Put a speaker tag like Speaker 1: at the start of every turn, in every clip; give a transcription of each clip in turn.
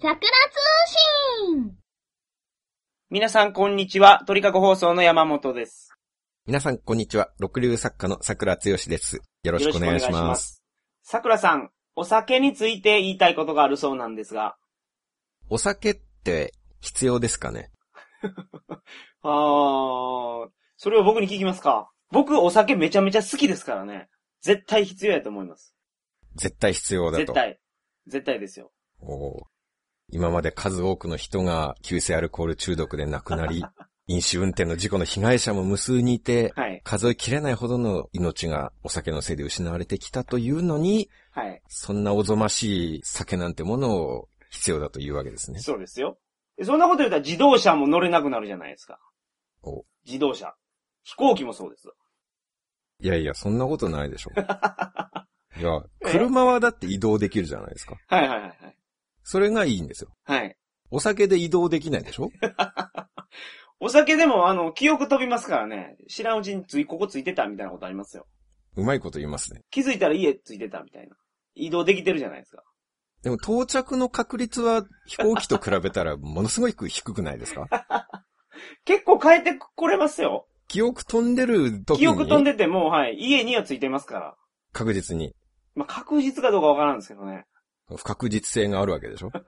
Speaker 1: 桜通信
Speaker 2: 皆さん、こんにちは。鳥かご放送の山本です。
Speaker 3: 皆さん、こんにちは。六流作家の桜剛です。よろしくお願いします。
Speaker 2: さくらさん、お酒について言いたいことがあるそうなんですが。
Speaker 3: お酒って必要ですかね
Speaker 2: あー、それを僕に聞きますか。僕、お酒めちゃめちゃ好きですからね。絶対必要やと思います。
Speaker 3: 絶対必要だ
Speaker 2: 絶
Speaker 3: と。
Speaker 2: 対。絶対ですよ。
Speaker 3: おー今まで数多くの人が急性アルコール中毒で亡くな り、飲酒運転の事故の被害者も無数にいて、
Speaker 2: はい。
Speaker 3: 数えきれないほどの命がお酒のせいで失われてきたというのに、
Speaker 2: はい。
Speaker 3: そんなおぞましい酒なんてものを必要だというわけですね。
Speaker 2: そうですよ。そんなこと言ったら自動車も乗れなくなるじゃないですか
Speaker 3: お。
Speaker 2: 自動車。飛行機もそうです。
Speaker 3: いやいや、そんなことないで しょ。いや、車はだって移動できるじゃないですか。
Speaker 2: はいはいはいはい。
Speaker 3: それがいいんですよ。
Speaker 2: はい。
Speaker 3: お酒で移動できないでしょ
Speaker 2: お酒でも、あの、記憶飛びますからね。知らんうちについ、ここついてたみたいなことありますよ。
Speaker 3: うまいこと言いますね。
Speaker 2: 気づいたら家ついてたみたいな。移動できてるじゃないですか。
Speaker 3: でも到着の確率は飛行機と比べたらものすごく低くないですか
Speaker 2: 結構変えてこれますよ。
Speaker 3: 記憶飛んでる時
Speaker 2: 記憶飛ん
Speaker 3: に
Speaker 2: でても、はい。家にはついてますから。
Speaker 3: 確実に
Speaker 2: まあ、確実かどうかわからんですけどね。
Speaker 3: 不確実性があるわけでしょ、
Speaker 2: ま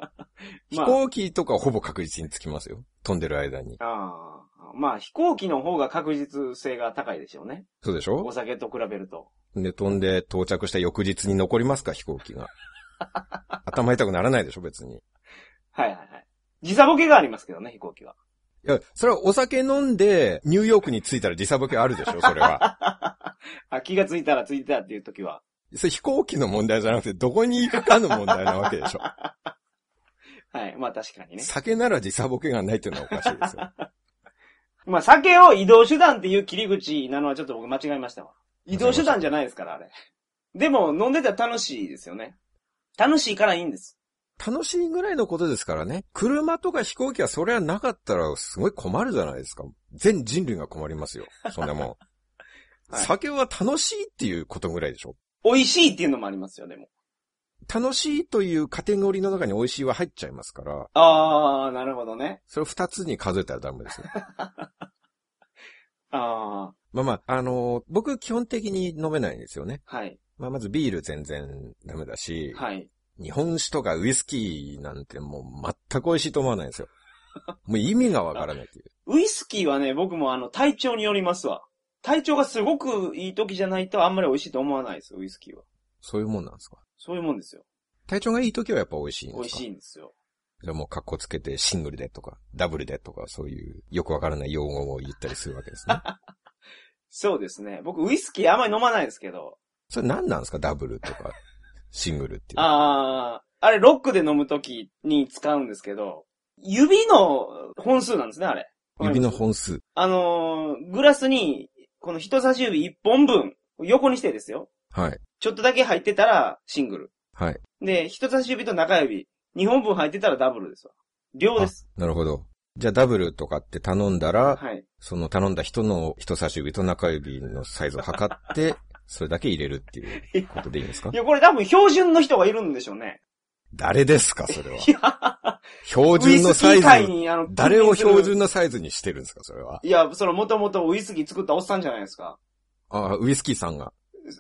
Speaker 3: 飛行機とかほぼ確実につきますよ。飛んでる間に。
Speaker 2: あ、あーまあ、飛行機の方が確実性が高いでしょうね。
Speaker 3: そうでし
Speaker 2: お
Speaker 3: ょ
Speaker 2: 酒と比べると。
Speaker 3: で、飛んで到着した翌日に残りますか飛行 機が。頭痛くならないでしょ別に。い
Speaker 2: はいはいはい。時差ボケがありますけどね、飛行機は。
Speaker 3: や、それはお酒飲んでニューヨークに着いたら時差ボケあるでしょそれは。
Speaker 2: あ、気がついたらついてたっていう時は。
Speaker 3: それ飛行機の問題じゃなくて、どこに行くかの問題なわけでしょ。
Speaker 2: はい。まあ確かに ね。
Speaker 3: 酒なら時差ボケがないっていうのはおかしいで すよ。
Speaker 2: まあ酒を移動手段っていう切り口なのはちょっと僕間違えましたわ。移動手段じゃないですから、あれ。でも飲んでたら楽しいですよね。楽しいからいいんです。
Speaker 3: 楽しいぐらいのことですからね。車とか飛行機はそれはなかったらすごい困るじゃないですか。全人類が困りますよ。そんなも ん。
Speaker 2: はい
Speaker 3: 酒は楽しいっていうことぐらいでしょ。
Speaker 2: 美味しいっていうのもありますよ、でも。
Speaker 3: 楽しいというカテゴリーの中に美味しいは入っちゃいますから、
Speaker 2: あー、なるほどね。
Speaker 3: それを二つに数えたらダメ ですよ。
Speaker 2: あ
Speaker 3: まあまあ、あのー僕基本的に飲めないんですよね。
Speaker 2: ー、はい、
Speaker 3: まあまずビール全然ダメだし、
Speaker 2: はい。
Speaker 3: 日本酒とかウイスキーなんてもう全く美味しいと思わないん ですよ。もう意味がわからないっていう。
Speaker 2: ウイスキーはね、僕もあの、体調によりますわ。体調がすごくいい時じゃないとあんまり美味しいと思わないです、ウイスキーは。
Speaker 3: そういうもんなんですか
Speaker 2: そういうもんですよ。
Speaker 3: 体調がいい時はやっぱ美味しいんですか
Speaker 2: 美味し
Speaker 3: い。
Speaker 2: いんですよ。
Speaker 3: じゃあもう格好つけてシングルでとか、ダブルでとか、そういうよくわからない用語を言ったりするわけ ですね。
Speaker 2: そうですね。僕、ウイスキーあんまり飲まないですけど。
Speaker 3: それ何なんですかダブルとか、シングルっていう。
Speaker 2: あー、あれ、ロックで飲む時に使うんですけど、指の本数なんですね、あれ。
Speaker 3: 指の
Speaker 2: 数。
Speaker 3: 本数。
Speaker 2: あのーグラスに、この人差し指1本分、横にしてですよ。
Speaker 3: はい。
Speaker 2: ちょっとだけ入ってたらシングル。
Speaker 3: はい。
Speaker 2: で、人差し指と中指、2本分入ってたらダブルですわ。量です。
Speaker 3: なるほど。じゃあダブルとかって頼んだら、
Speaker 2: はい。
Speaker 3: その頼んだ人の人差し指と中指のサイズを測って、それだけ入れるっていうことでいいんですか
Speaker 2: いや、これ多分標準の人がいるんでしょうね。
Speaker 3: 誰ですかそれは。
Speaker 2: いや、
Speaker 3: 標
Speaker 2: ウイ
Speaker 3: 準の
Speaker 2: スキ
Speaker 3: サ
Speaker 2: ー
Speaker 3: イ
Speaker 2: 界
Speaker 3: ズ。
Speaker 2: に、あの、
Speaker 3: 誰を標
Speaker 2: 君臨
Speaker 3: 準のサイズにしてるんですかそれは
Speaker 2: す。るいや、その、もともとウイスキー作ったおっさんじゃないですか。
Speaker 3: ああ、ウイスキーさんが。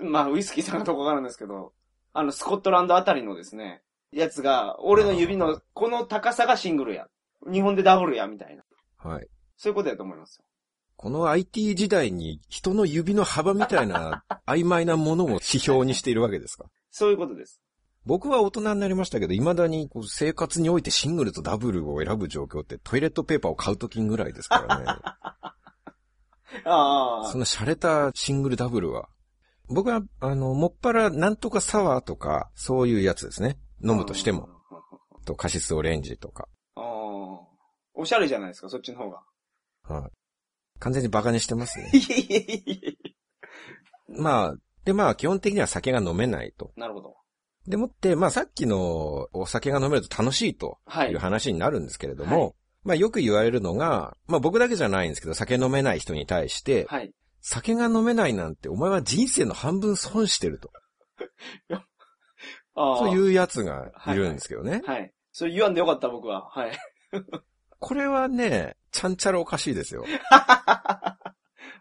Speaker 2: まあ、ウイスキーさんがどこかあるんですけど、あの、スコットランドあたりのですね、やつが、俺の指の、この高さがシングルや。日本でダブルや、みたいな。
Speaker 3: はい。
Speaker 2: そういうことやと思いますよ。
Speaker 3: この IT 時代に人の指の幅みたい な曖昧なものを指標にしているわけですか
Speaker 2: そういうことです。
Speaker 3: 僕は大人になりましたけど、未だにこう生活においてシングルとダブルを選ぶ状況ってトイレットペーパーを買うときぐらいですから
Speaker 2: あ
Speaker 3: ね。
Speaker 2: あ
Speaker 3: そ、の洒落たシングルダブルは。僕は、あの、もっぱらなんとかサワーとか、そういうやつですね。飲むとしても。と、カシスオレンジとか。
Speaker 2: うん。ああ。おしゃれじゃないですか、そっちの方が。
Speaker 3: はい。完全にバカにしてますね。
Speaker 2: いやいやいやい
Speaker 3: まあ、でまあ基本的には酒が飲めないと。
Speaker 2: やなるほど。
Speaker 3: でもって、まあさっきのお酒が飲めると楽しいと
Speaker 2: はいい。
Speaker 3: う
Speaker 2: はい
Speaker 3: 話になるんですけれども、
Speaker 2: はい
Speaker 3: まあよく言われるのが、まあ僕だけじゃないんですけど、酒飲めない人に対して、
Speaker 2: はい。
Speaker 3: 酒が飲めないなんてお前は人生の半分損してると。
Speaker 2: ああ。。
Speaker 3: そういううやつがいるんですけどね。
Speaker 2: はい。それ言わんでよかった、僕は。はい。
Speaker 3: これはね、ちゃんちゃらおかしいですよ。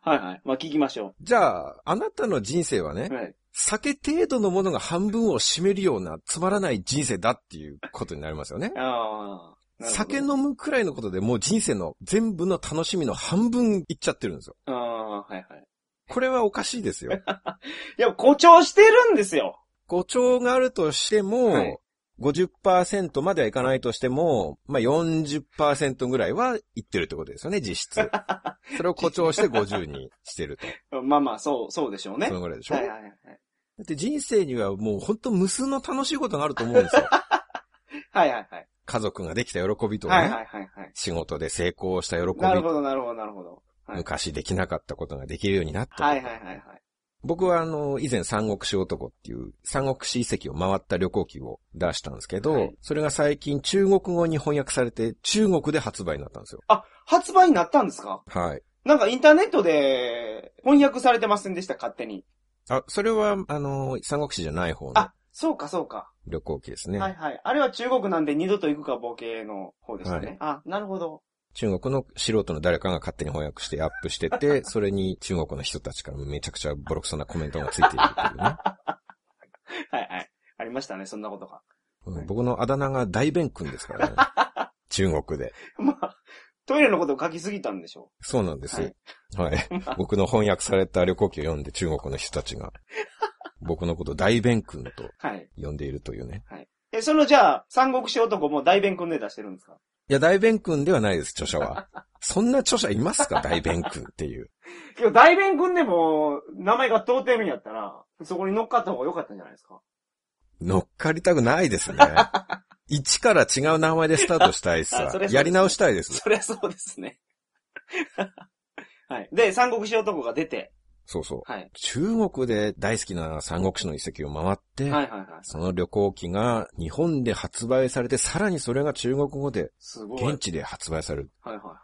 Speaker 2: はいはい。まあ、聞きましょ
Speaker 3: じゃあ、あなたの人生はね
Speaker 2: う。、はい。
Speaker 3: 酒程度のものが半分を占めるようなつまらない人生だっていうことになりますよね。
Speaker 2: ああ。
Speaker 3: 酒飲むくらいのことでもう人生の全部の楽しみの半分いっちゃってるんですよ。
Speaker 2: ああー、はいはい。
Speaker 3: これはおかしいで すよ。
Speaker 2: いや、誇張してるんですよ。
Speaker 3: 誤調があるとしても、
Speaker 2: はい
Speaker 3: 50%まではいかないとしても、まあ、40%ぐらいはいってるってことですよね、実 質。それを誇張して50にしてると。
Speaker 2: まあまあ、そう、そうでしょうね。
Speaker 3: そのぐらいでしょ、
Speaker 2: はいはいはい。
Speaker 3: だって人生にはもう本当無数の楽しいことがあると思うんですよ。
Speaker 2: はいはいはい。
Speaker 3: 家族ができた喜びとかね、
Speaker 2: はいはいはいはい。
Speaker 3: 仕事で成功した喜び、
Speaker 2: なるほど、なるほど、なるほど。はい
Speaker 3: 昔できなかったことができるようになったとか、
Speaker 2: はいはいはいはい。
Speaker 3: 僕はあの、以前三国志男っていう三国志遺跡を回った旅行記を出したんですけど、
Speaker 2: はい
Speaker 3: それが最近中国語に翻訳されて中国で発売になったんですよ。
Speaker 2: あ、発売になったんですか
Speaker 3: はい。
Speaker 2: なんかインターネットで翻訳されてませんでした、勝手に。
Speaker 3: あ、それはあの、三国志じゃない方の
Speaker 2: あ、そうかそうか。
Speaker 3: 旅行記ですね。
Speaker 2: はいはい。あれは中国なんで二度と行くか冒険の方でしたね。
Speaker 3: はい
Speaker 2: あ、なるほど。
Speaker 3: 中国の素人の誰かが勝手に翻訳してアップし てて、それに中国の人たちからめちゃくちゃボロクソなコメントがついているってい うね。
Speaker 2: はいはい。ありましたね、そんなことが。
Speaker 3: うん僕のあだ名が大弁君ですからね。中国で。
Speaker 2: まあ、トイレのことを書きすぎたんでしょ
Speaker 3: そうなんです。
Speaker 2: は
Speaker 3: はい
Speaker 2: い。
Speaker 3: 僕の翻訳された旅行記を読んで中国の人た ちが、僕のことを大弁君と
Speaker 2: う。はい。
Speaker 3: 呼んでいるというね。
Speaker 2: え、そのじゃあ、三国志男も大弁君で出してるんですか
Speaker 3: いや、大弁君ではないです、著者は。そんな著者いますか大弁君っていう。
Speaker 2: いや、大弁君でも、名前が通ってるんやったら、そこに乗っかった方が良かったんじゃないですか
Speaker 3: 乗っかりたくな いですね。一から違う名前でスタートしたいっす わ
Speaker 2: あそれそうです
Speaker 3: やり直したいです。
Speaker 2: そりゃそうですね。はい。で、三国志男が出て、
Speaker 3: そうそう。
Speaker 2: はい。
Speaker 3: 中国で大好きな三国志の遺跡を回って、
Speaker 2: はいはいはい。
Speaker 3: その旅行記が日本で発売されて、さらにそれが中国語です
Speaker 2: ごい。
Speaker 3: 現地で発売される。
Speaker 2: はいはいはい。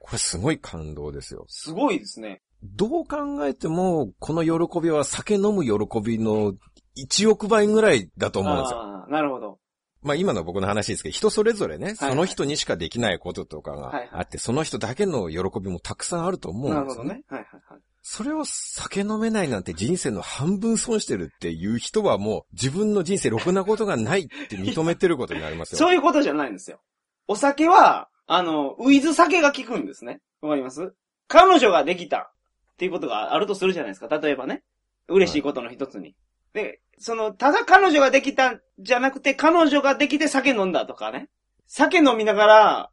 Speaker 3: これすごい感動ですよ。
Speaker 2: すごいですね。
Speaker 3: どう考えても、この喜びは酒飲む喜びの1億倍ぐらいだと思うんですよ。
Speaker 2: ああ、なるほど。
Speaker 3: まあ今の僕の話ですけど、人それぞれね、
Speaker 2: はい
Speaker 3: その人にしかできないこととか
Speaker 2: はいはい
Speaker 3: があって、その人だけの喜びもたくさんあると思うんです
Speaker 2: な
Speaker 3: よ、
Speaker 2: るほどね。はいはいはい。
Speaker 3: それを酒飲めないなんて人生の半分損してるっていう人はもう自分の人生ろくなことがないって認めてることになりますよ。
Speaker 2: そういうことじゃないんですよ。お酒は、あの、ウィズ酒が効くんですね。わかります彼女ができたっていうことがあるとするじゃないですか。例えばね。嬉しいことの一つに。で、その、ただ彼女ができたんじゃなくて、彼女ができて酒飲んだとかね。酒飲みながら、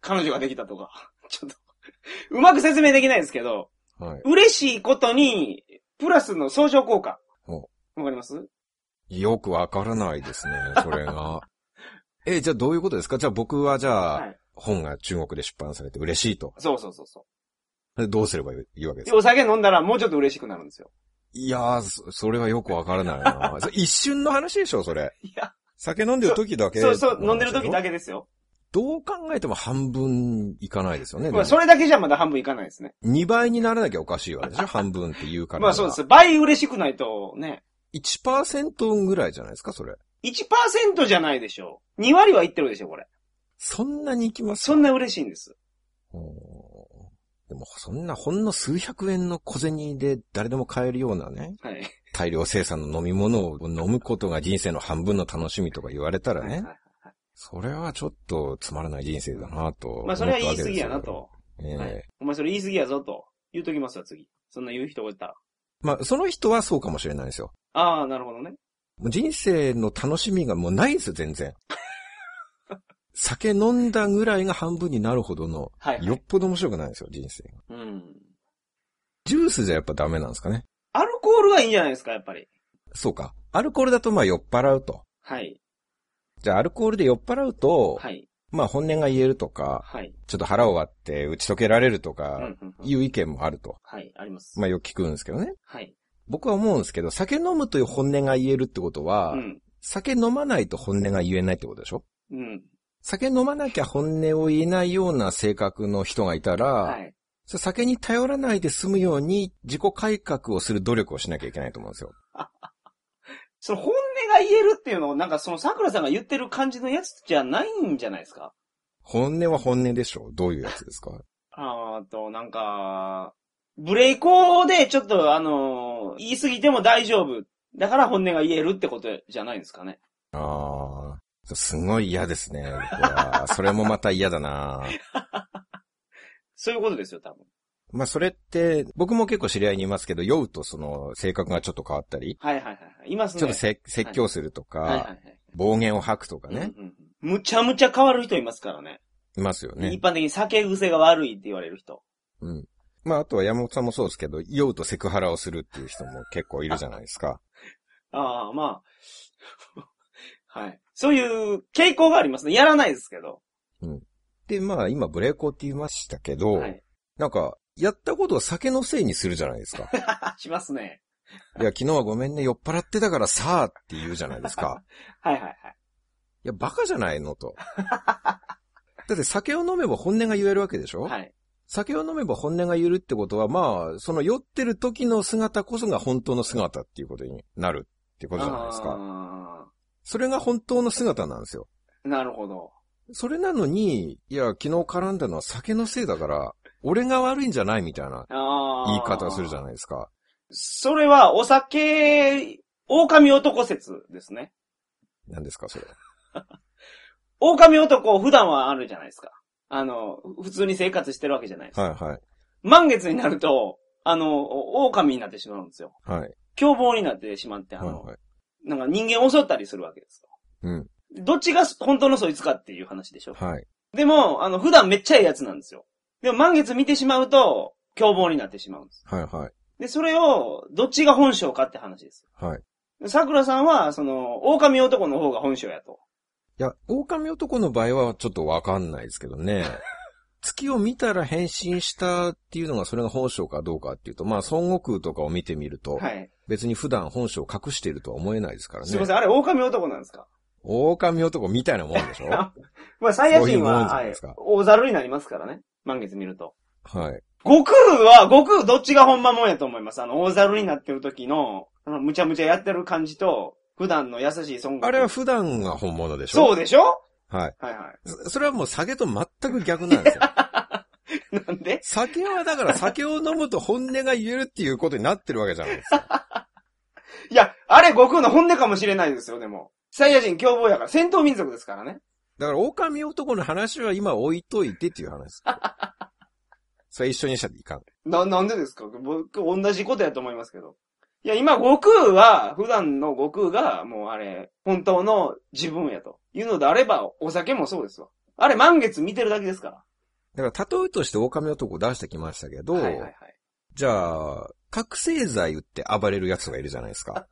Speaker 2: 彼女ができたとか。 ちょっと、うまく説明できないですけど、
Speaker 3: はい。
Speaker 2: 嬉しいことに、プラスの相乗効果。わ
Speaker 3: お
Speaker 2: かります
Speaker 3: よくわからないです ね、それが。え、じゃあどういうことですかじゃあ僕はじゃ
Speaker 2: は
Speaker 3: あ、
Speaker 2: い。
Speaker 3: 本が中国で出版されて嬉しいと。
Speaker 2: そうそうそうそ
Speaker 3: でどうすればいいわけ
Speaker 2: う
Speaker 3: です
Speaker 2: で。
Speaker 3: か
Speaker 2: お酒飲んだらもうちょっと嬉しくなるんですよ。
Speaker 3: いやー、そそれはよくわからない な。そ一瞬の話でしょ、それ。
Speaker 2: いや
Speaker 3: 酒飲んでる時だけ。
Speaker 2: そうそう、飲んでる時だ
Speaker 3: け。
Speaker 2: けですよ。
Speaker 3: どう考えても半分いかないですよね。で
Speaker 2: ま
Speaker 3: も
Speaker 2: あ、それだけじゃまだ半分いかないですね。
Speaker 3: 2倍にならなきゃおかしいわけでしょ半分って言うから。
Speaker 2: まあそうです。倍嬉しくないとね、
Speaker 3: 1%ぐらいじゃないですか、それ。
Speaker 2: 1%じゃないでしょう。2割はいってるでしょ、これ。
Speaker 3: そんなにいきます
Speaker 2: そんな嬉しいんです。
Speaker 3: おーでも、そんなほんの数百円の小銭で誰でも買えるようなね、
Speaker 2: はい。
Speaker 3: 大量生産の飲み物を飲むことが人生の半分の楽しみとか言われたら
Speaker 2: はい
Speaker 3: ね、それはちょっとつまらない人生だなと思ったわけですよ。
Speaker 2: まあそれは言い過ぎやなと。
Speaker 3: ええ。
Speaker 2: はいお前それ言い過ぎやぞと。言うときますわ、次。そんな言う人がいたら。
Speaker 3: まあ、その人はそうかもしれないですよ。
Speaker 2: ああ、なるほどね。
Speaker 3: もう人生の楽しみがもうないですよ、全然。酒飲んだぐらいが半分になるほどの、
Speaker 2: はい、はい。
Speaker 3: よっぽど面白くないですよ、人生が。
Speaker 2: うん。
Speaker 3: ジュースじゃやっぱダメなんですかね。
Speaker 2: アルコールがいいんじゃないですか、やっぱり。
Speaker 3: そうか。アルコールだとまあ酔っ払うと。
Speaker 2: はい。
Speaker 3: じゃあアルコールで酔っ払うと、
Speaker 2: はい。
Speaker 3: まあ本音が言えるとか、
Speaker 2: はい。
Speaker 3: ちょっと腹を割って打ち解けられると
Speaker 2: うん
Speaker 3: か、
Speaker 2: うんうん
Speaker 3: いう意見もあると。
Speaker 2: はい、あります。
Speaker 3: まあよく聞くんですけどね。
Speaker 2: はい。
Speaker 3: 僕は思うんですけど、酒飲むという本音が言えるってことは、
Speaker 2: うん。
Speaker 3: 酒飲まないと本音が言えないってことでしょ
Speaker 2: うん。
Speaker 3: 酒飲まなきゃ本音を言えないような性格の人がいたら、
Speaker 2: はい。
Speaker 3: それ酒に頼らないで済むように自己改革をする努力をしなきゃいけないと思うんですよ。
Speaker 2: その本音が言えるっていうのを、なんかその桜さんが言ってる感じのやつじゃないんじゃないですか
Speaker 3: 本音は本音でしょどういうやつですか
Speaker 2: あーと、なんか、ブレイコーでちょっとあのー言い過ぎても大丈夫。だから本音が言えるってことじゃないんですかね。
Speaker 3: ああ、すごい嫌ですね。僕はそれもまた嫌だな
Speaker 2: そういうことですよ、多分。
Speaker 3: まあそれって、僕も結構知り合いにいますけど、酔うとその性格がちょっと変わったり、
Speaker 2: はいはいはいはい。いますね。
Speaker 3: ちょっとせ説教するとか、
Speaker 2: はいはいはい。
Speaker 3: 暴言を吐くとかね、
Speaker 2: うんうんうん。むちゃむちゃ変わる人いますからね。
Speaker 3: いますよね
Speaker 2: 一。般的に酒癖が悪いって言われる人。
Speaker 3: うん。まああとは山本さんもそうですけど、酔うとセクハラをするっていう人も結構いるじゃないですか。
Speaker 2: ああ、まあ。 はい。そういう傾向がありますね。やらないですけど。
Speaker 3: で、まあ今ブレイコーって言いましたけど、
Speaker 2: はい。
Speaker 3: なんか、やったことを酒のせいにするじゃないで すか。
Speaker 2: あ、しますね。
Speaker 3: いや、昨日はごめんね、酔っ払ってたからさあって言うじゃないですか。
Speaker 2: はいはいはい。
Speaker 3: いや、バカじゃないのと。 だって酒を飲めば本音が言えるわけでしょ、
Speaker 2: はい。
Speaker 3: 酒を飲めば本音が言えるってことは、まあ、その酔ってる時の姿こそが本当の姿っていうことになるってことじゃないですか。
Speaker 2: あ
Speaker 3: それが本当の姿なんですよ。
Speaker 2: ーなるほど。
Speaker 3: それなのに、いや、昨日絡んだのは酒のせいだから、俺が悪いんじゃないみたいな
Speaker 2: ああ。
Speaker 3: 言い方するじゃ
Speaker 2: ん。
Speaker 3: ないですか。
Speaker 2: それは、お酒、狼男説ですね。
Speaker 3: 何ですか、それ。
Speaker 2: 狼男、普段はあるじゃないですか。あの、普通に生活してるわけじゃないですか。
Speaker 3: はいはい。
Speaker 2: 満月になると、あの、狼になってしまうんですよ。
Speaker 3: はい。
Speaker 2: 凶暴になってしまって、あ
Speaker 3: はい
Speaker 2: の、
Speaker 3: はい。
Speaker 2: なんか人間を襲ったりするわけですよ。
Speaker 3: うん。
Speaker 2: どっちが本当のそいつかっていう話でしょ。
Speaker 3: はい。
Speaker 2: でも、あの、普段めっちゃいいやつなんですよ。でも満月見てしまうと、凶暴になってしまうんです。
Speaker 3: はいはい。
Speaker 2: で、それを、どっちが本性かって話です
Speaker 3: はい。
Speaker 2: よ。桜さんは、その、狼男の方が本性やと。
Speaker 3: いや、狼男の場合はちょっとわかんないですけど ね。月を見たら変身したっていうのがそれが本性かどうかっていうと、まあ孫悟空とかを見てみると、
Speaker 2: はい。
Speaker 3: 別に普段本性を隠しているとは思えないですからね。
Speaker 2: すいません、あれ狼男なんですか
Speaker 3: 狼男みたいなもんでしょは
Speaker 2: まあ、サイヤ人
Speaker 3: そういうも
Speaker 2: は、
Speaker 3: んじゃな
Speaker 2: はいい
Speaker 3: ですか、
Speaker 2: 大猿になりますからね。満月見ると。
Speaker 3: い。
Speaker 2: 悟空は、悟空、どっちがほんまもんやと思います。あの、大猿になってる時の、あの、むちゃむちゃやってる感じと、普段の優しい孫悟空。
Speaker 3: あれは普段が本物でしょ
Speaker 2: そうでしょ
Speaker 3: う。はい。
Speaker 2: はいは
Speaker 3: そそれはもう酒と全く逆なんですよ。
Speaker 2: い。 なんで
Speaker 3: 酒はだから酒を飲むと本音が言えるっていうことになってるわけじゃないですか。
Speaker 2: いや、あれ悟空の本音かもしれないですよ、でも。サイヤ人凶暴やから、戦闘民族ですからね。
Speaker 3: だから狼男の話は今置いといてっていう 話です。それ一緒にしちゃっていかん。
Speaker 2: な、なんでですか僕、同じことやと思いますけど。いや、今、悟空は、普段の悟空が、もうあれ、本当の自分やと。いうのであれば、お酒もそうですわ。あれ、満月見てるだけですから。
Speaker 3: だから、例えとして狼男を出してきましたけど、
Speaker 2: はいはいはい。
Speaker 3: じゃあ、覚醒剤打って暴れる奴がいるじゃないで すか。
Speaker 2: はい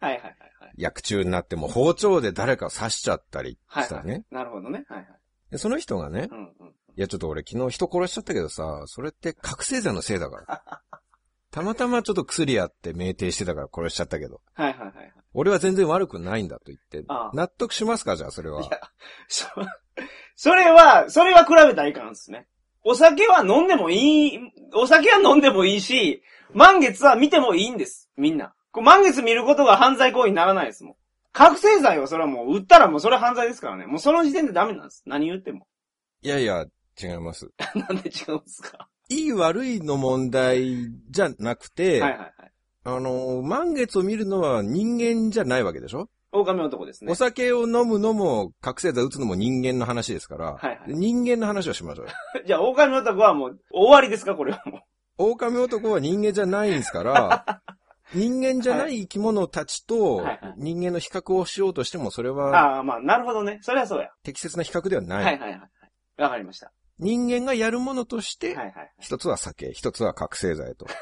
Speaker 2: はいはいはい。
Speaker 3: 薬中になっても包丁で誰かを刺しちゃったり
Speaker 2: はい、
Speaker 3: したらね、
Speaker 2: なるほどね。はいはい。
Speaker 3: でその人がね
Speaker 2: う、んうん。
Speaker 3: いやちょっと俺昨日人殺しちゃったけどさ、それって覚醒剤のせいだから。 たまたまちょっと薬やって酩酊してたから殺しちゃったけど、
Speaker 2: はいはいはいはい。
Speaker 3: 俺は全然悪くないんだと言って、
Speaker 2: ああ
Speaker 3: 納得しますかじゃあそれは。
Speaker 2: そ、 それは、それは比べたらいかんですね。お酒は飲んでもいい、お酒は飲んでもいいし、満月は見てもいいんです。みんな。こう満月見ることが犯罪行為にならないですもん。覚醒剤はそれはもう売ったらもうそれは犯罪ですからね。もうその時点でダメなんです。何言っても。
Speaker 3: いやいや、違います。
Speaker 2: なんで違うんですか。
Speaker 3: いい悪いの問題じゃなくて、
Speaker 2: はいはいはい。
Speaker 3: あの、満月を見るのは人間じゃないわけでしょ、
Speaker 2: 狼男ですね
Speaker 3: お。酒を飲むのも、覚醒剤打つのも人間の話ですから、
Speaker 2: はいはい
Speaker 3: 人間の話をしましょうよ。
Speaker 2: じゃあ狼男はもう終わりですかこれはもう。
Speaker 3: 狼男は人間じゃないんで すから、人間じゃない生き物たちと
Speaker 2: はいはい
Speaker 3: 人間の比較をしようとしても、それは
Speaker 2: ああ、まあなるほどね。それはそうや。
Speaker 3: 適切な比較ではな。
Speaker 2: はいいはいはいはい。わかりました。
Speaker 3: 人間がやるものとし
Speaker 2: はい
Speaker 3: て
Speaker 2: は、いはい。
Speaker 3: 一つは酒、一つは覚醒剤 と。で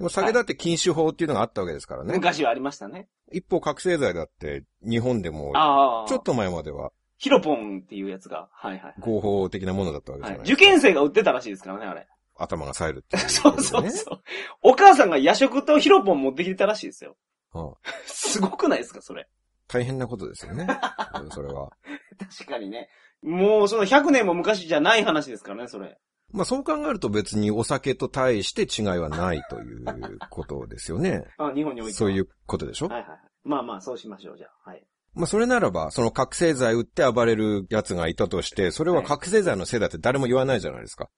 Speaker 3: も酒だって禁酒法っていうのがあったわけですからね。
Speaker 2: 昔はありましたね。
Speaker 3: 一方覚醒剤だって日本でも、
Speaker 2: ああ。
Speaker 3: ちょっと前までは
Speaker 2: ヒロポンっていうやつが。はいはい。
Speaker 3: 合法的なものだったわけじ
Speaker 2: は
Speaker 3: ゃ
Speaker 2: い
Speaker 3: ない、
Speaker 2: 受験生が売ってたらしいですからね、あ れ。
Speaker 3: 頭が冴えるっていう、
Speaker 2: そうそうそう。お母さんが夜食とヒロポン持ってきてたらしいですよ。
Speaker 3: うん
Speaker 2: すごくないですか、それ。
Speaker 3: 大変なことですよね。それは。
Speaker 2: 確かにね。もうその100年も昔じゃない話ですからね、それ。
Speaker 3: まあそう考えると別にお酒と対して違いはないということですよね。
Speaker 2: あ、日本においては。
Speaker 3: そういうことでしょ
Speaker 2: はいはいはい。まあまあ、そうしましょう、じゃあ。はい。
Speaker 3: まあそれならば、その覚醒剤打って暴れる奴がいたとして、それは覚醒剤のせいだって誰も言わないじゃないですか。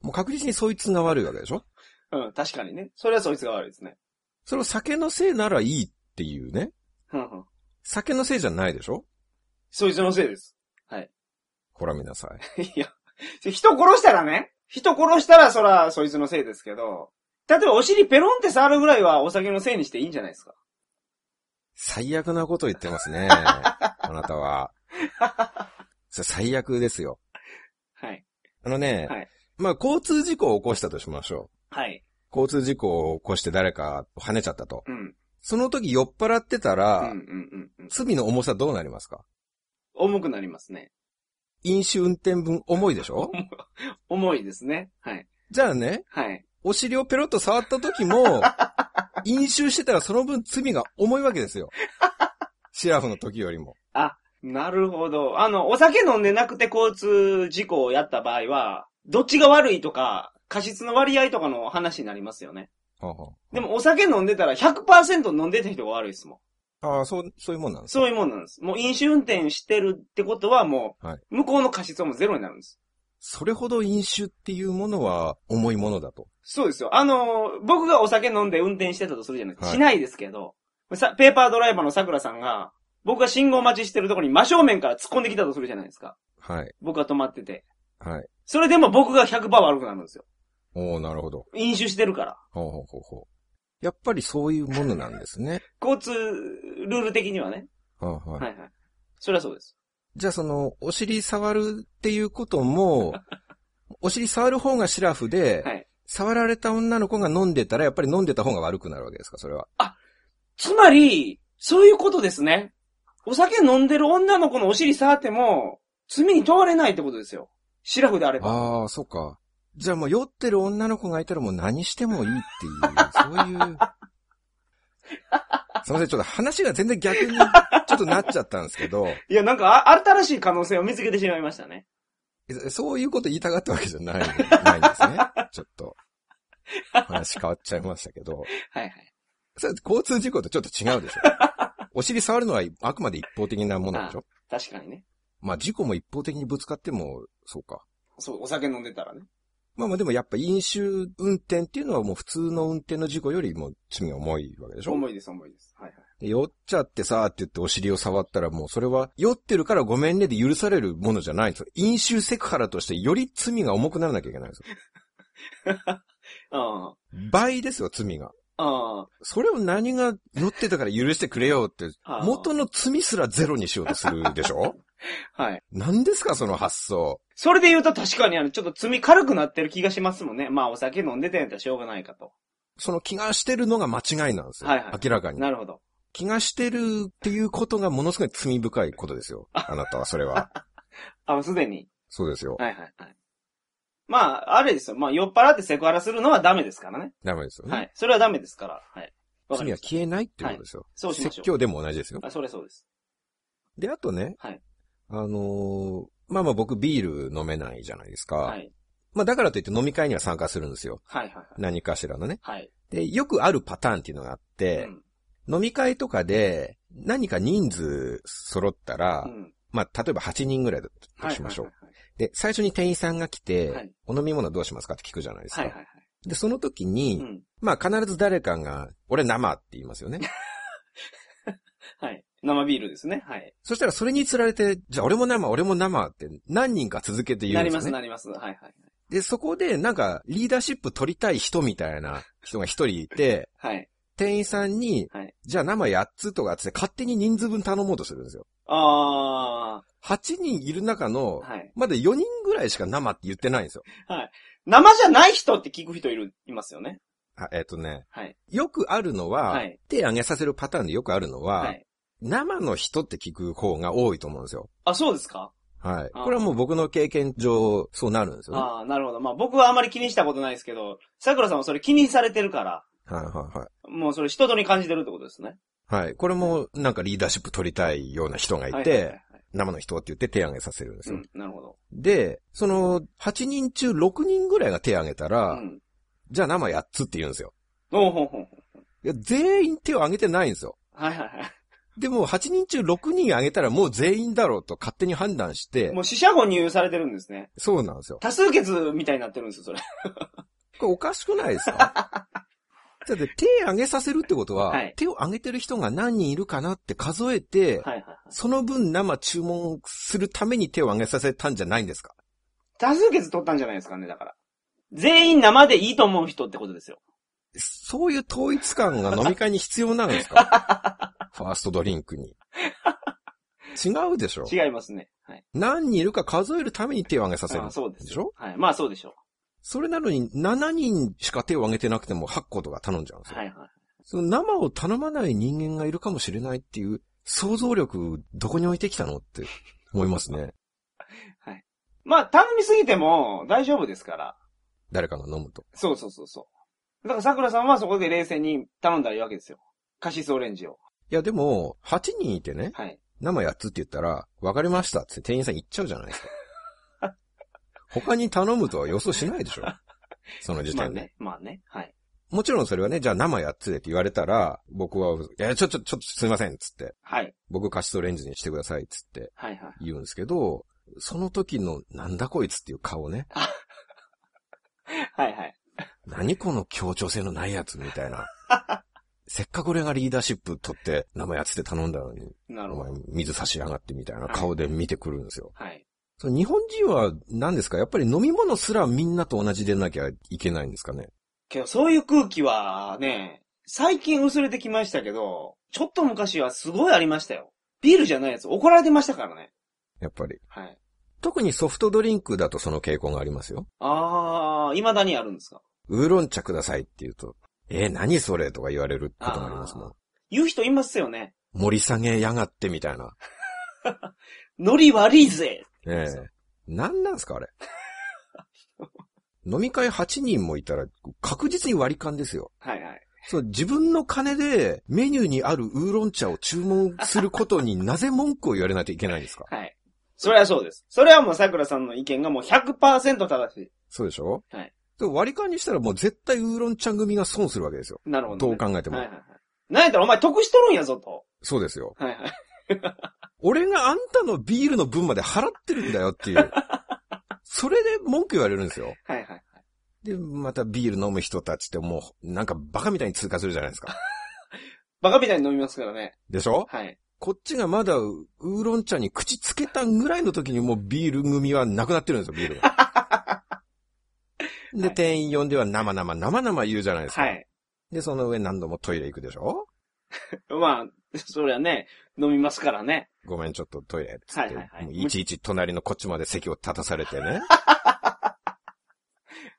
Speaker 3: もう確実にそいつが悪いわけでしょ
Speaker 2: うん、確かにね。それはそいつが悪いですね。
Speaker 3: それを酒のせいならいいっていうね。
Speaker 2: うんうん。
Speaker 3: 酒のせいじゃないでしょ
Speaker 2: そいつのせいです。
Speaker 3: ほら見なさい。
Speaker 2: いや、人殺したらね、人殺したらそら、そいつのせいですけど、例えばお尻ペロンって触るぐらいはお酒のせいにしていいんじゃないですか。
Speaker 3: 最悪なこと言ってます ね。あなたは。それ最悪ですよ。
Speaker 2: はい。
Speaker 3: あのね、
Speaker 2: はい
Speaker 3: まあ交通事故を起こしたとしましょう。
Speaker 2: はい。
Speaker 3: 交通事故を起こして誰か跳ねちゃったと。
Speaker 2: うん。
Speaker 3: その時酔っ払ってた
Speaker 2: う
Speaker 3: ら、
Speaker 2: んうんうんうん。
Speaker 3: 罪の重さどうなりますか
Speaker 2: 重くなりますね。
Speaker 3: 飲酒運転分重いでし ょ
Speaker 2: 重いですね。はい。
Speaker 3: じゃあね、
Speaker 2: はい。
Speaker 3: お尻をペロッと触った時も、 飲酒してたらその分罪が重いわけで すよ。シラフの時よりも。
Speaker 2: なるほど。あの、お酒飲んでなくて交通事故をやった場合は、どっちが悪いとか、過失の割合とかの話になりますよね。
Speaker 3: はあはあ
Speaker 2: でもお酒飲んでたら100%飲んでた人が悪いですもん。
Speaker 3: ああ、そう、そういうもんなんです
Speaker 2: そういうもんなんです。もう飲酒運転してるってことはもう
Speaker 3: はい、
Speaker 2: 向こうの過失はもうゼロになるんです。
Speaker 3: それほど飲酒っていうものは重いものだと。
Speaker 2: そうですよ。あのー僕がお酒飲んで運転してたとするじゃないですか。
Speaker 3: はい
Speaker 2: しないですけど、さペーパードライバーの桜さんが、僕が信号待ちしてるところに真正面から突っ込んできたとするじゃないですか。
Speaker 3: はい、
Speaker 2: 僕が止まってて。
Speaker 3: はい。
Speaker 2: それでも僕が100%悪くなるんですよ。
Speaker 3: おおなるほど。
Speaker 2: 飲酒してるから。
Speaker 3: ほうほうほうほう。やっぱりそういうものなんです ね。
Speaker 2: 交通ルール的にはね。
Speaker 3: はあは
Speaker 2: はいいはい。それはそうです。
Speaker 3: じゃあその、お尻触るっていうこと も、お尻触る方がシラフで、
Speaker 2: はい
Speaker 3: 触られた女の子が飲んでたら、やっぱり飲んでた方が悪くなるわけですか、それは。
Speaker 2: つまり、そういうことですね。お酒飲んでる女の子のお尻触っても、罪に問われないってことですよ。シラフであれば。
Speaker 3: ああ、そうか。じゃあもう酔ってる女の子がいたらもう何してもいいっていう、そ ういう。すいません、ちょっと話が全然逆に、ちょっとなっちゃったんですけど、
Speaker 2: いや、なんか、あ新しい可能性を見つけてしまいましたね。
Speaker 3: えそういうこと言いたかったわけじゃない、ないんですね。ちょっと。話変わっちゃいましたけど。
Speaker 2: はいはい。
Speaker 3: それ交通事故とちょっと違うでしょ。お尻触るのはあくまで一方的なものでしょ。
Speaker 2: 確かにね。
Speaker 3: まあ事故も一方的にぶつかっても、そうか。
Speaker 2: そう、お酒飲んでたらね。
Speaker 3: まあまあでもやっぱ飲酒運転っていうのはもう普通の運転の事故よりも罪が重いわけでしょ。
Speaker 2: 重いです、重いです。はいはい。
Speaker 3: で酔っちゃってさーって言ってお尻を触ったらもうそれは酔ってるからごめんねで許されるものじゃないんですよ。飲酒セクハラとしてより罪が重くならなきゃいけないんですよ。
Speaker 2: あ
Speaker 3: 倍ですよ、罪が。
Speaker 2: あ、あ
Speaker 3: それを何が酔ってたから許してくれよって、
Speaker 2: あ。
Speaker 3: 元の罪すらゼロにしようとするでし ょ
Speaker 2: はい。
Speaker 3: 何ですか、その発想。
Speaker 2: それで言うと確かにあの、ちょっと罪軽くなってる気がしますもんね。まあ、お酒飲んでたんやったらしょうがないかと。
Speaker 3: その気がしてるのが間違いなんですよ。
Speaker 2: はいはい
Speaker 3: 明らかに。
Speaker 2: なるほど。
Speaker 3: 気がしてるっていうことがものすごい罪深いことですよ。あなたは、そ れは。
Speaker 2: あ、すでに。
Speaker 3: そうですよ。
Speaker 2: はいはいはい。まあ、あれですよ。まあ、酔っ払ってセクハラするのはダメですからね。
Speaker 3: ダメですよね。
Speaker 2: はい。それはダメですから。はい。わか
Speaker 3: 罪
Speaker 2: りま
Speaker 3: は
Speaker 2: した。
Speaker 3: 消えないっていうことですよ。
Speaker 2: そうしまし
Speaker 3: 説
Speaker 2: ょう。
Speaker 3: 教でも同じですよ。
Speaker 2: あ、それそうです。
Speaker 3: で、あとね、
Speaker 2: はい
Speaker 3: あのーまあまあ僕ビール飲めないじゃないですか。
Speaker 2: はい。
Speaker 3: まあだからといって飲み会には参加するんですよ。
Speaker 2: はいはいはい。
Speaker 3: 何かしらのね。
Speaker 2: はい。
Speaker 3: で、よくあるパターンっていうのがあっ
Speaker 2: う
Speaker 3: て、
Speaker 2: ん。
Speaker 3: 飲み会とかで何か人数揃ったら、
Speaker 2: うん
Speaker 3: まあ例えば8人ぐらいだとしましょう。。で、最初に店員さんが来て、
Speaker 2: はい
Speaker 3: お飲み物どうしますかって聞くじゃないですか。
Speaker 2: はいはいはいはいはいはい。
Speaker 3: で、その時に、
Speaker 2: うん。
Speaker 3: まあ必ず誰かが、俺生って言いますよね。
Speaker 2: はい。生ビールですね。はい。
Speaker 3: そしたらそれにつられて、じゃあ俺も生、俺も生って何人か続けて言
Speaker 2: な
Speaker 3: うんで
Speaker 2: り
Speaker 3: す
Speaker 2: ま
Speaker 3: よ
Speaker 2: す、
Speaker 3: ね。
Speaker 2: なります。はいはいはい。
Speaker 3: で、そこでなんかリーダーシップ取りたい人みたいな人が一人 いて、
Speaker 2: はい。
Speaker 3: 店員さんに、
Speaker 2: はい
Speaker 3: じゃあ生8つとかっつって勝手に人数分頼もうとするんですよ。
Speaker 2: あ
Speaker 3: 8人いる中の
Speaker 2: ー、、はい。
Speaker 3: まだ4人ぐらいしか生って言ってないんですよ。
Speaker 2: 生じゃない人って聞く人いる、いますよね。
Speaker 3: あえっ、とね、
Speaker 2: はい。
Speaker 3: よくあるのは、
Speaker 2: はい
Speaker 3: 手上げさせるパターンでよくあるのは、
Speaker 2: はい。
Speaker 3: 生の人って聞く方が多いと思うんですよ。
Speaker 2: あ、そうですか
Speaker 3: はい。
Speaker 2: あー
Speaker 3: これはもう僕の経験上、そうなるんですよね。
Speaker 2: ああ、なるほど。まあ僕はあまり気にしたことないですけど、桜さんはそれ気にされてるから、
Speaker 3: はいはいはい。
Speaker 2: もうそれ人とに感じてるってことですね。
Speaker 3: はい。これもなんかリーダーシップ取りたいような人がいて、
Speaker 2: はいはいはい
Speaker 3: 生の人って言って手挙げさせるんです
Speaker 2: う
Speaker 3: よ。
Speaker 2: ん、なるほど。
Speaker 3: で、その、8人中6人ぐらいが手挙げた
Speaker 2: う
Speaker 3: ら、
Speaker 2: ん。
Speaker 3: じゃあ生8つって言うんですよ。
Speaker 2: おうほうほうほう。
Speaker 3: いや、全員手を挙げてないんですよ。
Speaker 2: はいはいは
Speaker 3: でも、8人中6人挙げたらもう全員だろうと勝手に判断し
Speaker 2: い。
Speaker 3: て
Speaker 2: も、う死者誤入されてるんですね。
Speaker 3: そうなんですよ。
Speaker 2: 多数決みたいになってるんですよ、そ れ。
Speaker 3: これおかしくないで すかだって手挙げさせるってことは、
Speaker 2: はい
Speaker 3: 手を挙げてる人が何人いるかなって数えて、
Speaker 2: はいはいはい。
Speaker 3: その分生注文するために手を挙げさせたんじゃないんですか
Speaker 2: 多数決取ったんじゃないですかね、だから。全員生でいいと思う人ってことですよ。
Speaker 3: そういう統一感が飲み会に必要なんですか ファーストドリンクに。違うでしょ
Speaker 2: 違いますね。はい。
Speaker 3: 何人いるか数えるために手を挙げさせる
Speaker 2: あ。そうです。
Speaker 3: でしょ
Speaker 2: はい。まあそうでしょ
Speaker 3: それなのに7人しか手を挙げてなくても8個とか頼んじゃうんです
Speaker 2: う。
Speaker 3: よ。
Speaker 2: はいはい。
Speaker 3: その生を頼まない人間がいるかもしれないっていう想像力どこに置いてきたのって思いますね。
Speaker 2: まあ頼みすぎても大丈夫ですから。
Speaker 3: 誰かが飲むと。
Speaker 2: そうそうそうそう。だから桜さんはそこで冷静に頼んだらいいわけですよ。カシスオレンジを。
Speaker 3: いやでも、8人いてね、
Speaker 2: はい。
Speaker 3: 生8つって言ったら、わかりましたって店員さん言っちゃうじゃないですか。 他に頼むとは予想しないでしょその時
Speaker 2: まあ
Speaker 3: 点で。
Speaker 2: ね。まあね。はい。
Speaker 3: もちろんそれはね、じゃあ生8つでって言われたら、僕は、いや、ちょ、ちょ、ちょっとすいませんっつって、
Speaker 2: はい。
Speaker 3: 僕カシスオレンジにしてくださいっつって
Speaker 2: はいはい。
Speaker 3: 言うんですけど、その時のなんだこいつっていう顔ね。
Speaker 2: はいはい。
Speaker 3: 何この協調性のないやつみた いな。せっかく俺がリーダーシップ取って生やつって頼んだのに、
Speaker 2: なる
Speaker 3: お
Speaker 2: ほ
Speaker 3: 前
Speaker 2: ど。
Speaker 3: 水差しやがってみたいな顔で見てくるんですよ。
Speaker 2: はい。
Speaker 3: その日本人は何ですかやっぱり飲み物すらみんなと同じでなきゃいけないんですかね
Speaker 2: けどそういう空気はね、最近薄れてきましたけど、ちょっと昔はすごいありましたよ。ビールじゃないやつ怒られてましたからね。
Speaker 3: やっぱり。
Speaker 2: はい。
Speaker 3: 特にソフトドリンクだとその傾向がありますよ。
Speaker 2: あー、未だにあるんですか
Speaker 3: ウーロン茶くださいって言うと、えー何それとか言われることもありますもん。
Speaker 2: 言う人いますよね。
Speaker 3: 盛り下げやがってみたいな。
Speaker 2: ノリ悪いぜ
Speaker 3: ええ
Speaker 2: そう
Speaker 3: なんなんすかあれ。 飲み会8人もいたら確実に割り勘ですよ。
Speaker 2: はいはい。
Speaker 3: そう、自分の金でメニューにあるウーロン茶を注文すること になぜ文句を言われないといけないんですか
Speaker 2: はい。それはそうです。それはもう桜さんの意見がもう100%正しい。
Speaker 3: そうでしょ
Speaker 2: はい。
Speaker 3: で割り勘にしたらもう絶対ウーロン茶組が損するわけですよ。
Speaker 2: なるほど、
Speaker 3: ど
Speaker 2: ね。
Speaker 3: う考えても。
Speaker 2: はいはいはい。なんやったらお前得しとるんやぞと。
Speaker 3: そうですよ。
Speaker 2: はいはい。
Speaker 3: 俺があんたのビールの分まで払ってるんだよっ ていう。それで文句言われるんですよ。
Speaker 2: はいはい。
Speaker 3: で、またビール飲む人たちってもう、なんかバカみたいに通過するじゃないですか。
Speaker 2: バカみたいに飲みますからね。
Speaker 3: でしょ
Speaker 2: はい。
Speaker 3: こっちがまだウーロン茶に口つけたぐらいの時にもうビール組はなくなってるんですよ、ビールが。で、
Speaker 2: はい
Speaker 3: 店員呼んでは生々、生々言うじゃないですか。
Speaker 2: はい。
Speaker 3: で、その上何度もトイレ行くでしょ
Speaker 2: まあ、そりゃね、飲みますからね。
Speaker 3: ごめん、ちょっとトイレっつって。
Speaker 2: はいはいはい
Speaker 3: もういちいち隣のこっちまで席を立たされてね。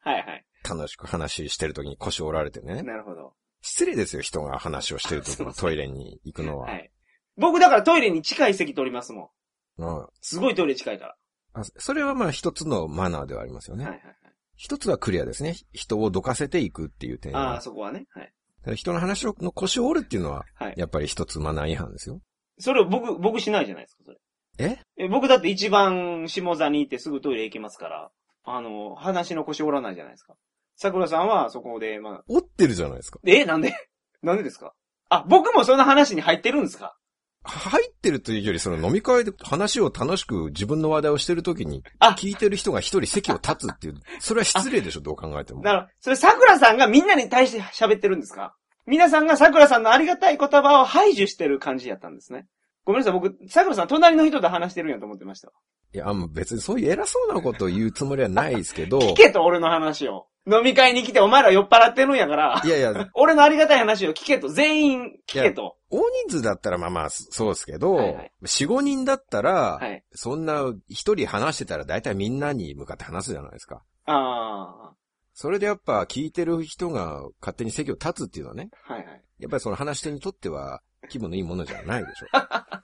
Speaker 2: はいはい。
Speaker 3: 楽しく話してる時に腰折られてね。
Speaker 2: なるほど。
Speaker 3: 失礼ですよ、人が話をしてる時
Speaker 2: そう
Speaker 3: に
Speaker 2: そ
Speaker 3: トイレに行くのは。
Speaker 2: はい。僕だからトイレに近い席取りますもん。
Speaker 3: うん
Speaker 2: すごいトイレ近いか
Speaker 3: あそれはまあ一つのマナーではありますよ
Speaker 2: ら。
Speaker 3: ね。
Speaker 2: はいはいはい。
Speaker 3: 一つはクリアですね。人をどかせていくっていう点
Speaker 2: あ
Speaker 3: は
Speaker 2: あ、。そこはね。はい。
Speaker 3: ただ人の話の腰を折るっていうのは、
Speaker 2: はい。
Speaker 3: やっぱり一つマナー違反ですよ。
Speaker 2: それを僕、僕しないじゃないですか、それ。
Speaker 3: え
Speaker 2: え、僕だって一番下座に行ってすぐトイレ行きますから、あの、話の腰折らないじゃないですか。桜さんはそこで、まあ、
Speaker 3: 折ってるじゃないですか。
Speaker 2: え、なんで なんでですかあ、僕もその話に入ってるんですか
Speaker 3: 入ってるというより、その飲み会で話を楽しく自分の話題をしてるときに
Speaker 2: あ、
Speaker 3: 聞いてる人が一人席を立つっていう、それは失礼でしょ、どう考えても。
Speaker 2: だから、それ桜さんがみんなに対して喋ってるんですか皆さんが桜さんのありがたい言葉を排除してる感じやったんですね。ごめんなさい、僕、桜さん隣の人と話してるんやと思ってました。
Speaker 3: いや、あんま別にそういう偉そうなことを言うつもりはないですけど、
Speaker 2: 聞けと、俺の話を。飲み会に来てお前ら酔っ払ってるんやから、
Speaker 3: いやいや、
Speaker 2: 俺のありがたい話を聞けと、全員聞けと。
Speaker 3: 大人数だったらまあまあ、そうですけど、
Speaker 2: はいはい
Speaker 3: 4、5人だったら、
Speaker 2: はい。
Speaker 3: そんな一人話してたら大体みんなに向かって話すじゃないですか。
Speaker 2: あ
Speaker 3: それでやっぱ聞いてる人が勝手に席を立つっていうのはね、
Speaker 2: あ、はいはい。
Speaker 3: やっぱりその話し手にとっ ては気分のいいものじゃないでしょう。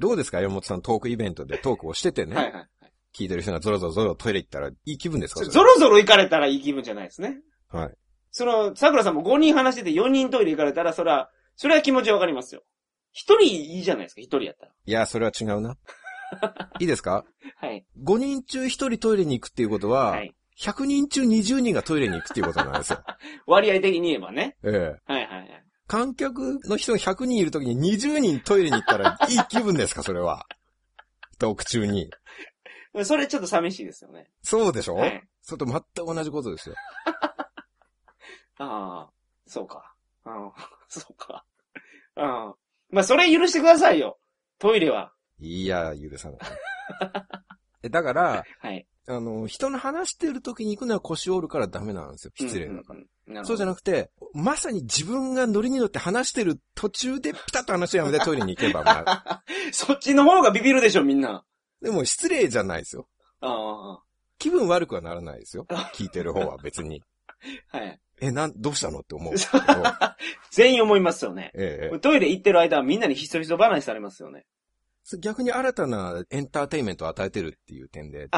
Speaker 3: どうですか山本さんトークイベントでトークをしててね、
Speaker 2: はいはい。
Speaker 3: 聞いてる人がゾロゾロゾロトイレ行ったらいい気分ですか
Speaker 2: ゾロゾロ行かれたらいい気分じゃないですね。
Speaker 3: はい。
Speaker 2: その、桜さんも5人話してて4人トイレ行かれたら、そら、それは気持ちわかりますよ。一人いいじゃないですか、一人やったら。
Speaker 3: いや、それは違う な。いいですか
Speaker 2: はい。
Speaker 3: ?5 人中1人トイレに行くっていうことは、
Speaker 2: はい。
Speaker 3: 100人中20人がトイレに行くっていうことなん ですよ。
Speaker 2: 割合的に言えばね。
Speaker 3: ええ。
Speaker 2: はいはいはい。
Speaker 3: 観客の人が100人いるときに20人トイレに行ったらいい気 分ですか、それは。トーク中に。
Speaker 2: それちょっと寂しいですよね。
Speaker 3: そうでしょ、
Speaker 2: はい。
Speaker 3: それと全く同じことですよ。
Speaker 2: ああ、そうか。ああ、 そうか。ああ。まあ、それ許してくださいよ。トイレは。
Speaker 3: いや、許さない。 えだから、
Speaker 2: はい。
Speaker 3: あの、人の話してる時に行くのは腰折るからダメなんですよ。失礼な。
Speaker 2: から。なるほど
Speaker 3: そうじゃなくて、まさに自分がノリに乗って話してる途中でピタッと話をやめてトイレに行けば、ま あ、
Speaker 2: そっちの方がビビるでしょ、みんな。
Speaker 3: でも失礼じゃないですよ。
Speaker 2: ああ、は
Speaker 3: 気分悪くはならないですよ。聞いてる方は 別に。
Speaker 2: い。
Speaker 3: え、なん、どうしたのって思うけど。
Speaker 2: 全員思いますよね。
Speaker 3: ええ、
Speaker 2: トイレ行ってる間はみんなにひそひそ話されますよね。
Speaker 3: それ逆に新たなエンターテインメントを与えてるっていう点で。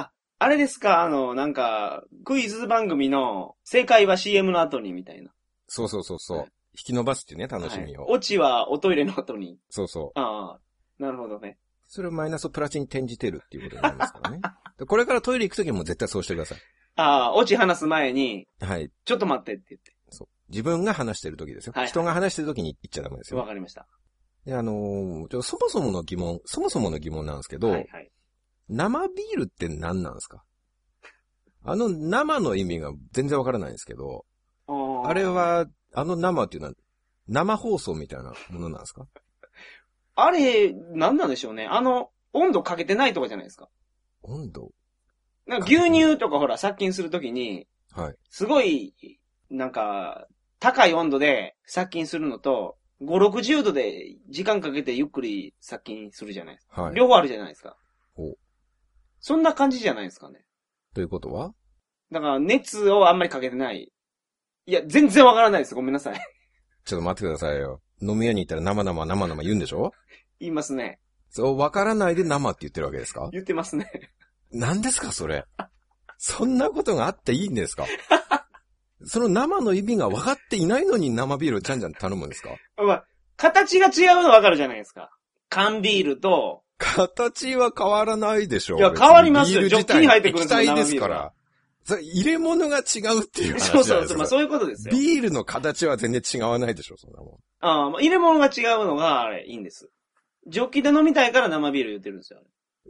Speaker 2: あれですかあの、なんか、クイズ番組の、正解は CM の後にみたいな。
Speaker 3: そうそうそうそう
Speaker 2: はい。
Speaker 3: 引き伸ばすっていうね、楽しみを。
Speaker 2: はいオチはおトイレの後に。
Speaker 3: そうそう。
Speaker 2: ああ、なるほどね。
Speaker 3: それをマイナスをプラスに転じてるっていうことになります からね。でこれからトイレ行くときも絶対そうしてくださ
Speaker 2: ああ、オチ話す前に、
Speaker 3: い。はい。
Speaker 2: ちょっと待ってって言っ
Speaker 3: そう。自分が話してるときですよ。
Speaker 2: はい
Speaker 3: 人が話してるときに行っちゃダメです
Speaker 2: て。わ
Speaker 3: よ。
Speaker 2: かりました。
Speaker 3: で、あのーちょそもそもの疑問、そもそもの疑問なんですけど、
Speaker 2: はいはい。
Speaker 3: 生ビールって何なんですかあの生の意味が全然わからないんですけど、
Speaker 2: あ
Speaker 3: あれ、は、あの生っていうのは、生放送みたいなものなんですか
Speaker 2: あれ、なんなんでしょうね。あの、温度かけてないとかじゃないですか。
Speaker 3: 温度
Speaker 2: なんか牛乳とかほら、殺菌するときに、
Speaker 3: はい。
Speaker 2: すごい、なんか、高い温度で殺菌するのと、5、60度で時間かけてゆっくり殺菌するじゃないですか。
Speaker 3: はい。
Speaker 2: 両方あるじゃないですか
Speaker 3: ほう。
Speaker 2: そんな感じじゃないですかね。
Speaker 3: ということは
Speaker 2: だから、熱をあんまりかけてない。いや、全然わからないです。ごめんなさい。
Speaker 3: ちょっと待ってくださいよ。飲み屋に行ったら生々生々言うんでしょ
Speaker 2: 言いますね。
Speaker 3: そう、わからないで生って言ってるわけですか
Speaker 2: 言ってますね。
Speaker 3: 何ですか、それ。そんなことがあっていい んですかその生の意味が分かっていないのに生ビールをじゃんじゃん頼むんですか
Speaker 2: まあ、形が違うのわかるじゃないですか。缶ビールと、
Speaker 3: 形は変わらないでしょ
Speaker 2: いや
Speaker 3: 別
Speaker 2: 変わりますよ
Speaker 3: ビール自
Speaker 2: ジョッキ
Speaker 3: 体
Speaker 2: に入ってくるん
Speaker 3: 液
Speaker 2: ですよ生ビ
Speaker 3: 体ですか
Speaker 2: ール
Speaker 3: ら。それ入れ物が違うっていう
Speaker 2: そう
Speaker 3: 話じゃないです
Speaker 2: そ
Speaker 3: か。
Speaker 2: うそう、まあそういうことですよ。
Speaker 3: ビールの形は全然違わないでしょ、そんなもん。
Speaker 2: ああ、まあ入れ物が違うのが、あれ、いいんです。ジョッキで飲みたいから生ビール言ってるんですよ。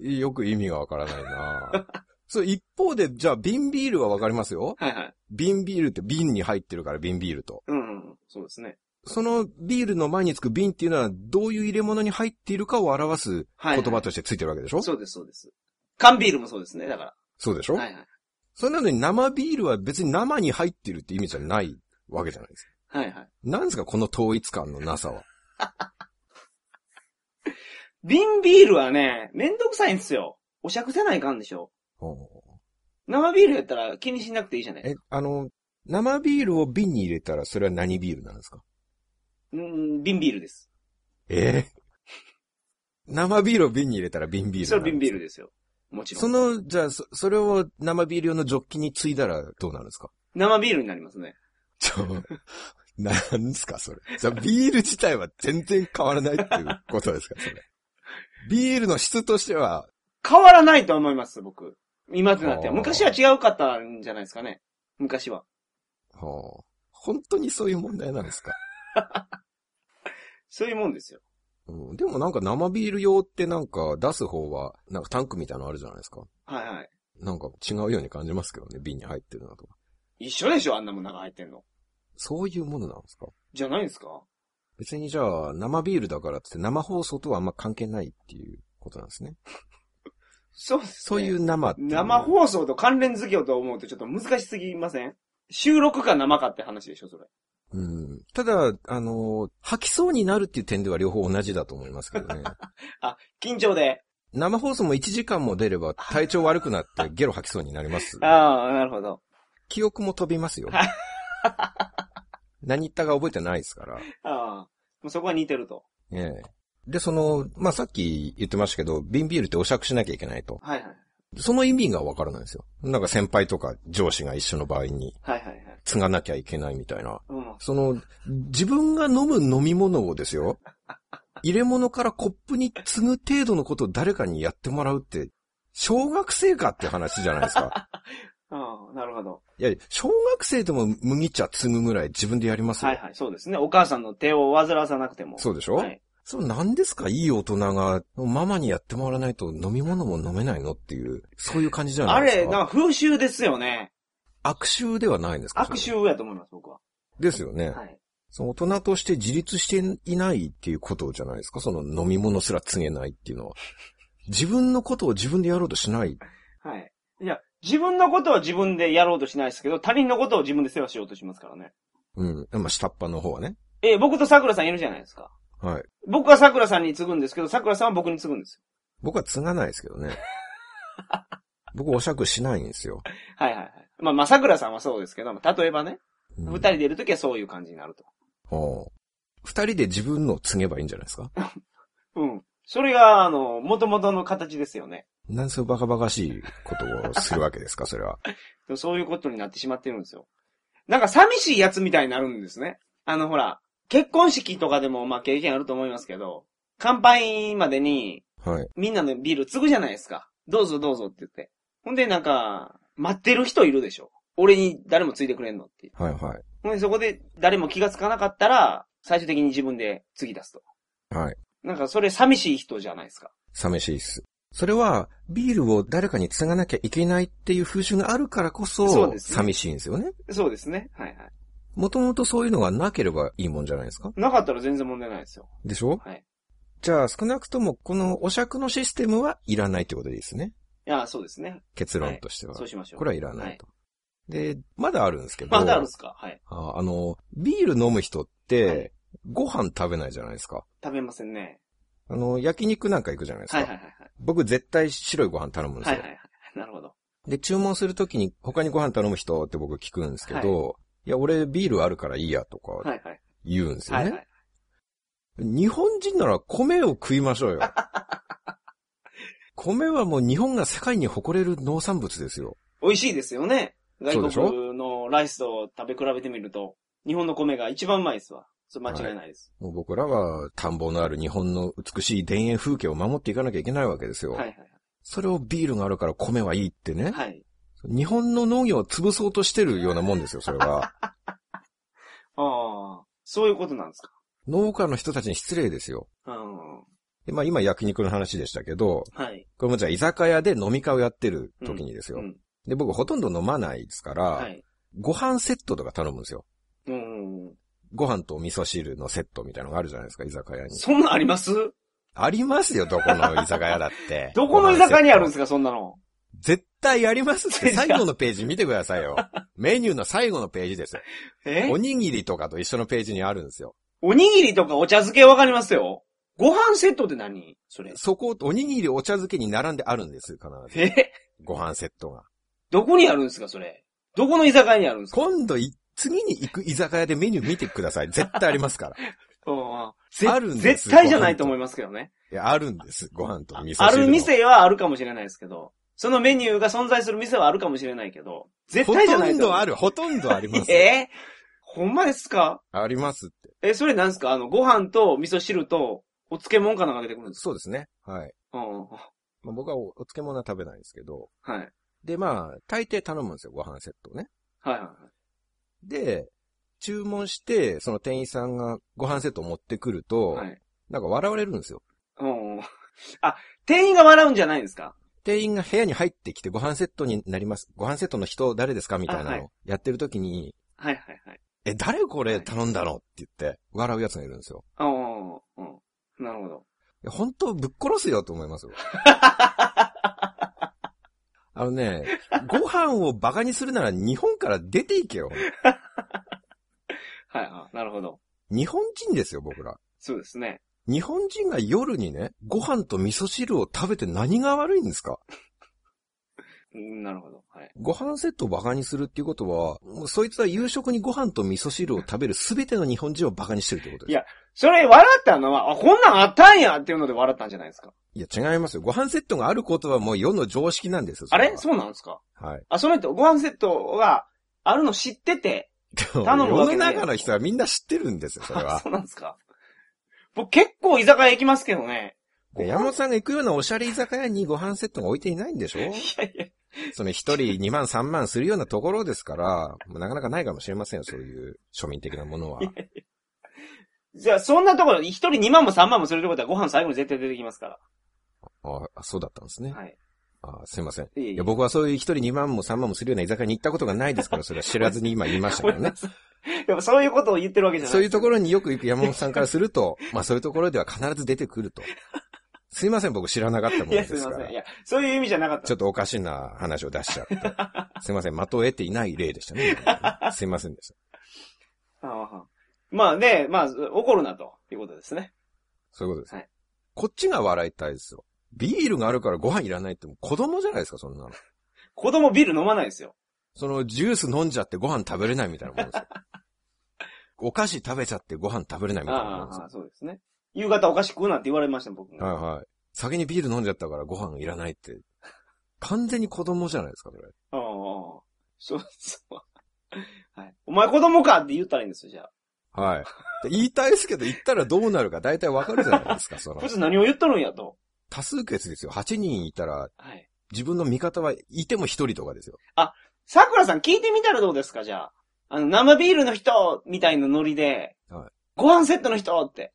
Speaker 3: よく意味がわからないな そう、一方で、じゃあ瓶ビールはわかりますよ。
Speaker 2: はいはい。
Speaker 3: 瓶ビールって瓶に入ってるから瓶ビールと。
Speaker 2: うん、うん、そうですね。
Speaker 3: そのビールの前につく瓶っていうのは、どういう入れ物に入っているかを表す
Speaker 2: はい、
Speaker 3: 言
Speaker 2: と
Speaker 3: 葉としてついてるわけでしょ、
Speaker 2: そうです、そうです。缶ビールもそうですね、だか
Speaker 3: そうでしょ、
Speaker 2: ら。はいはい。
Speaker 3: それなのに生ビールは別に生に入ってるって意味じゃないわけじゃないですか。
Speaker 2: はいはい。
Speaker 3: なんですかこの統一感のなさは。
Speaker 2: 瓶ビールはね、めんどくさいんですよ。お酌せないかんでしょ。生ビールやったら気にしなくていいじゃない。
Speaker 3: え、あの、生ビールを瓶に入れたらそれは何ビールなんですか
Speaker 2: うん、瓶ビールです。
Speaker 3: ええ生ビールを瓶に入れたら瓶ビール
Speaker 2: それは瓶ビール
Speaker 3: で
Speaker 2: ですよ。もちろん。
Speaker 3: その、じゃあ、そ、それを生ビール用のジョッキについだらどうなるんですか
Speaker 2: 生ビールになりますね。
Speaker 3: ちょ、なんすかそれ。じゃあビール自体は全然変わらないっていうことですかそれ。ビールの質としては、
Speaker 2: 変わらないと思います、僕。今となっては。
Speaker 3: あー
Speaker 2: 昔は違うかったんじゃないですかね。昔は。
Speaker 3: はあ、本当にそういう問題なんですか、
Speaker 2: そういうもんですよ。
Speaker 3: うん、でもなんか生ビール用ってなんか出す方は、なんかタンクみたいなのあるじゃないですか。
Speaker 2: はいはい。
Speaker 3: なんか違うように感じますけどね、瓶に入ってるなとか。
Speaker 2: 一緒でしょ、あんなもん中入ってんの。
Speaker 3: そういうものなんですか
Speaker 2: じゃないですか
Speaker 3: 別にじゃあ生ビールだからっつって生放送とはあんま関係ないっていうことなんですね。
Speaker 2: そうです、ね。
Speaker 3: そういう生っていうのは
Speaker 2: 生放送と関連付けようと思うとちょっと難しすぎません収録か生かって話でしょ、それ。
Speaker 3: うん。ただ、あの、吐きそうになるっていう点では両方同じだと思いますけど ね。
Speaker 2: 緊張で。
Speaker 3: 生放送も1時間も出れば体調悪くなってゲロ吐きそうになります。
Speaker 2: ああ、なるほど。
Speaker 3: 記憶も飛びます よ。何言ったか覚えてないですから。
Speaker 2: ああ。もうそこは似てると。
Speaker 3: ええで、その、まあ、さっき言ってましたけど、瓶ビールってお酌しなきゃいけないと。
Speaker 2: はいはい。
Speaker 3: その意味がわからないんですよ。なんか先輩とか上司が一緒の場合に
Speaker 2: はいはいはい。
Speaker 3: 継がなきゃいけないみたいな。
Speaker 2: うん。
Speaker 3: その、自分が飲む飲み物をですよ。入れ物からコップに継ぐ程度のことを誰かにやってもらうって、小学生かって話じゃないで すか。
Speaker 2: ああ、なるほど。
Speaker 3: いや、小学生でも麦茶継ぐぐらい自分でやりますよ。
Speaker 2: はいはい、そうですね。お母さんの手を煩わさなくても。
Speaker 3: そうでしょ、
Speaker 2: はい。
Speaker 3: そう、なんですかいい大人が、ママにやってもらわないと飲み物も飲めないのっていう、そういう感じじゃな
Speaker 2: あ
Speaker 3: いですか。
Speaker 2: れ、なんか風習ですよね。
Speaker 3: 悪臭ではないんですか
Speaker 2: 悪
Speaker 3: それ
Speaker 2: 臭やと思います、僕は。
Speaker 3: ですよね。
Speaker 2: はい。
Speaker 3: その大人として自立していないっていうことじゃないですかその飲み物すら告げないっていうのは。自分のことを自分でやろうとしない。
Speaker 2: はい。いや、自分のことは自分でやろうとしないですけど、他人のことを自分で世話しようとしますからね。
Speaker 3: うん。まあ、下っ端の方はね。
Speaker 2: えー、僕と桜さんいるじゃないですか。
Speaker 3: はい。
Speaker 2: 僕は桜さんに継ぐんですけど、桜さんは僕に継ぐんです
Speaker 3: 僕は継がないですけど ね。僕お酌しないんですよ。
Speaker 2: よ。はいはいはい。まあまあ桜さんはそうですけど、まあ例えばね、
Speaker 3: うん
Speaker 2: 二、人でいるときはそういう感じになると。
Speaker 3: おう二人で自分のを継げばいいんじゃないですか
Speaker 2: うん。それが、あの、元々の形ですよね。
Speaker 3: なんそういうバカバカしいことをするわけですかそれは。
Speaker 2: でもそういうことになってしまってるんですよ。なんか寂しいやつみたいになるんですね。あのほら、結婚式とかでもまあ経験あると思いますけど、乾杯までに
Speaker 3: はい。
Speaker 2: みんなのビール継ぐじゃないですか。どうぞどうぞって言って。ほんでなんか、待ってる人いるでしょ。俺に誰もついてくれんのって。
Speaker 3: はいはい。
Speaker 2: ほんでそこで誰も気がつかなかったら、最終的に自分で継ぎ出すと。
Speaker 3: はい。
Speaker 2: なんかそれ寂しい人じゃないですか。
Speaker 3: 寂しいっす。それは、ビールを誰かに継がなきゃいけないっていう風習があるからこ
Speaker 2: そう
Speaker 3: そ、
Speaker 2: ですね
Speaker 3: 寂しいんですよね。
Speaker 2: そうですね。はいはい。
Speaker 3: もともとそういうのがなければいいもんじゃないですか
Speaker 2: なかったら全然問題ないですよ。
Speaker 3: でしょ
Speaker 2: はい。
Speaker 3: じゃあ少なくともこのお酌のシステムはいらないってことでいいですね。
Speaker 2: いや、そうですね。
Speaker 3: 結論としては。
Speaker 2: そうしましょう。
Speaker 3: これはいらないと。で、まだあるんですけど。
Speaker 2: まだあるんですかはい。
Speaker 3: ああの、ビール飲む人っ
Speaker 2: はい
Speaker 3: て、ご飯食べないじゃないですか。
Speaker 2: 食べませんね。
Speaker 3: あの、焼肉なんか行くじゃないです
Speaker 2: は
Speaker 3: か。
Speaker 2: いはいはい
Speaker 3: 僕絶対白いご飯頼むんです
Speaker 2: はい。は
Speaker 3: よ。
Speaker 2: いはいはい。なるほど。
Speaker 3: で、注文するときに他にご飯頼む人って僕聞くんですけど、い、や、俺ビールあるからいいやと
Speaker 2: は
Speaker 3: か
Speaker 2: いはい。
Speaker 3: 言うんですよ
Speaker 2: は
Speaker 3: ね。
Speaker 2: いはい。
Speaker 3: 日本人なら米を食いましょうよ。米はもう日本が世界に誇れる農産物ですよ。
Speaker 2: 美味しいですよね。
Speaker 3: そう
Speaker 2: 外
Speaker 3: でしょ
Speaker 2: 国のライスと食べ比べてみると、日本の米が一番うまいですわ。それ間違いないです。
Speaker 3: もう僕らは田んぼのある日本の美しい田園風景を守っていかなきゃいけないわけですよ。
Speaker 2: はいはい
Speaker 3: それをビールがあるから米はいいってね。
Speaker 2: はい。はい。
Speaker 3: 日本の農業を潰そうとしてるようなもんですよ、そ れは。
Speaker 2: ああ、そういうことなんですか。
Speaker 3: 農家の人たちに失礼ですよ。
Speaker 2: うん。
Speaker 3: でまあ今焼肉の話でしたけど、
Speaker 2: はい。
Speaker 3: これもじゃあ居酒屋で飲み会をやってる時にですよ。
Speaker 2: うん。
Speaker 3: で、僕ほとんど飲まないですから、
Speaker 2: はい。
Speaker 3: ご飯セットとか頼むんですよ。
Speaker 2: うん。
Speaker 3: ご飯とお味噌汁のセットみたいなのがあるじゃないですか、居酒屋に。
Speaker 2: そんなんあります
Speaker 3: ありますよ、どこの居酒屋だって。
Speaker 2: どこの居酒屋にあるんですすか、そんなの。
Speaker 3: 絶対ありま すって、
Speaker 2: いや
Speaker 3: 最後のページ見てく ださいよ。メニューの最後のページですよ。
Speaker 2: え
Speaker 3: おにぎりとかと一緒のページにあるんですよ。
Speaker 2: おにぎりとかお茶漬けわかりますよ。ご飯セットって何それ。
Speaker 3: そこ、おにぎりお茶漬けに並んであるんです、必ず。
Speaker 2: え
Speaker 3: ご飯セットが。
Speaker 2: どこにあるんですか、それ。どこの居酒屋にあるんですか
Speaker 3: 今度い、次に行く居酒屋でメニュー見てください。絶対あります から。い
Speaker 2: あ
Speaker 3: あるんです
Speaker 2: 絶対じゃないと思いますけどね。
Speaker 3: や、あるんです。ご飯と味噌汁
Speaker 2: ある
Speaker 3: の
Speaker 2: 店はあるかもしれないですけど、そのメニューが存在する店はあるかもしれないけど、絶対じゃない
Speaker 3: ほとん
Speaker 2: と思
Speaker 3: ど
Speaker 2: う
Speaker 3: ある、ほとんどありま す。
Speaker 2: えほんまですか
Speaker 3: ありますって。
Speaker 2: え、それなんですかあの、ご飯と味噌汁と、お漬物かなんか出てくるんです
Speaker 3: そうですね。はい。
Speaker 2: かうん。は
Speaker 3: まあ、僕はおお漬物は食べないんですけど。
Speaker 2: い。はい
Speaker 3: で、まあ、大抵頼むんですよ、ご飯セットをね。
Speaker 2: はいは
Speaker 3: で、注文して、その店員さんがご飯セットを持ってくる
Speaker 2: い。
Speaker 3: と、
Speaker 2: はい。
Speaker 3: なんか笑われるんですよ。
Speaker 2: うん。あ、店員が笑うんじゃないんですか
Speaker 3: 店員が部屋に入ってきてご飯セットになります。ご飯セットの人誰ですかみたい
Speaker 2: あは
Speaker 3: ないのをやってる時に、
Speaker 2: はいはいはい。
Speaker 3: え、誰これ頼んだのって言って、笑うやつがいるんですよ。
Speaker 2: うん。うん。なるほど。
Speaker 3: いや本当ぶっ殺すよと思いま すよ。あのね、ご飯をバカにするなら日本から出ていけよ。
Speaker 2: はいはい。なるほど。
Speaker 3: 日本人ですよ、僕ら。
Speaker 2: そうですね。
Speaker 3: 日本人が夜にね、ご飯と味噌汁を食べて何が悪いんですか
Speaker 2: うんなるほど。はい。
Speaker 3: ご飯セットをバカにするっていうことは、もうそいつは夕食にご飯と味噌汁を食べる全ての日本人をバカにしてるってことです。
Speaker 2: いやそれ笑ったのは、あ、こんなんあったんやっていうので笑ったんじゃないですか。
Speaker 3: いや違いますよ。ご飯セットがあることはもう世の常識なんですよ。
Speaker 2: あれ
Speaker 3: そ
Speaker 2: そうなんですか
Speaker 3: ははい。
Speaker 2: あ、その人、ご飯セットがあるの知ってて、
Speaker 3: 世
Speaker 2: むわけ
Speaker 3: の
Speaker 2: ね
Speaker 3: 中の人はみんな知ってるんですよ、それ
Speaker 2: あ
Speaker 3: は。
Speaker 2: そうなんですか僕結構居酒屋行きますけどね。
Speaker 3: で山本さんが行くようなおしゃれ居酒屋にご飯セットが置いていないんでしょ
Speaker 2: いやいや、
Speaker 3: その一 人2万3万するようなところですから、もうなかなかないかもしれませんよ、そういう庶民的なものは。
Speaker 2: じゃあそんなところ、一人2万も3万もするってことはご飯最後に絶対出てきますか
Speaker 3: ああ、そうだったんですね
Speaker 2: ら。。はい。
Speaker 3: あすいません。
Speaker 2: いえいえ
Speaker 3: いや、僕はそういう一人2万も3万もするような居酒屋に行ったことがないですから、それは知らずに今言いました
Speaker 2: ご
Speaker 3: け
Speaker 2: めん な
Speaker 3: どね。
Speaker 2: さい。やっぱそういうことを言ってるわけじゃない。
Speaker 3: そういうところによく行く山本さんからすると、まあそういうところでは必ず出てくると。すいません、僕知らなかったもの
Speaker 2: いや、
Speaker 3: です
Speaker 2: い
Speaker 3: す
Speaker 2: ま
Speaker 3: か
Speaker 2: せん。
Speaker 3: ら
Speaker 2: い。や、そういう意味じゃなかった。
Speaker 3: ちょっとおかしな話を出しちゃって。 すいません、的を得ていない例でしたね。すいませんでした。
Speaker 2: ああああまあね、まあ、怒るなということですね。
Speaker 3: そういうことです。
Speaker 2: はい
Speaker 3: こっちが笑いたいですよ。ビールがあるからご飯いらないってもう子供じゃないですか、そんなの。
Speaker 2: 子供ビール飲まないですよ。
Speaker 3: そのジュース飲んじゃってご飯食べれないみたいなもんですよ。お菓子食べちゃってご飯食べれないみ
Speaker 2: あ
Speaker 3: たいなもん
Speaker 2: あ
Speaker 3: ですよ
Speaker 2: ああ、そうですね。夕方おかしく食うなって言われました、僕も。
Speaker 3: はいはい。先にビール飲んじゃったからご飯いらないって。完全に子供じゃないですか、それ。
Speaker 2: ああああそうそう。はい。お前子供かって言ったらいいんですよ、じゃあ。
Speaker 3: はい。で言いたいですけど、言ったらどうなるか大体わかるじゃないですか、そ の
Speaker 2: こい。つ何を言っとるんやと。
Speaker 3: 多数決ですよ。8人いたら、
Speaker 2: はい。
Speaker 3: 自分の味方はいても1人とかですよ。
Speaker 2: 桜さん聞いてみたらどうですか、じゃあ。あの、生ビールの人みたいなノリで、
Speaker 3: はい
Speaker 2: ご飯セットの人って。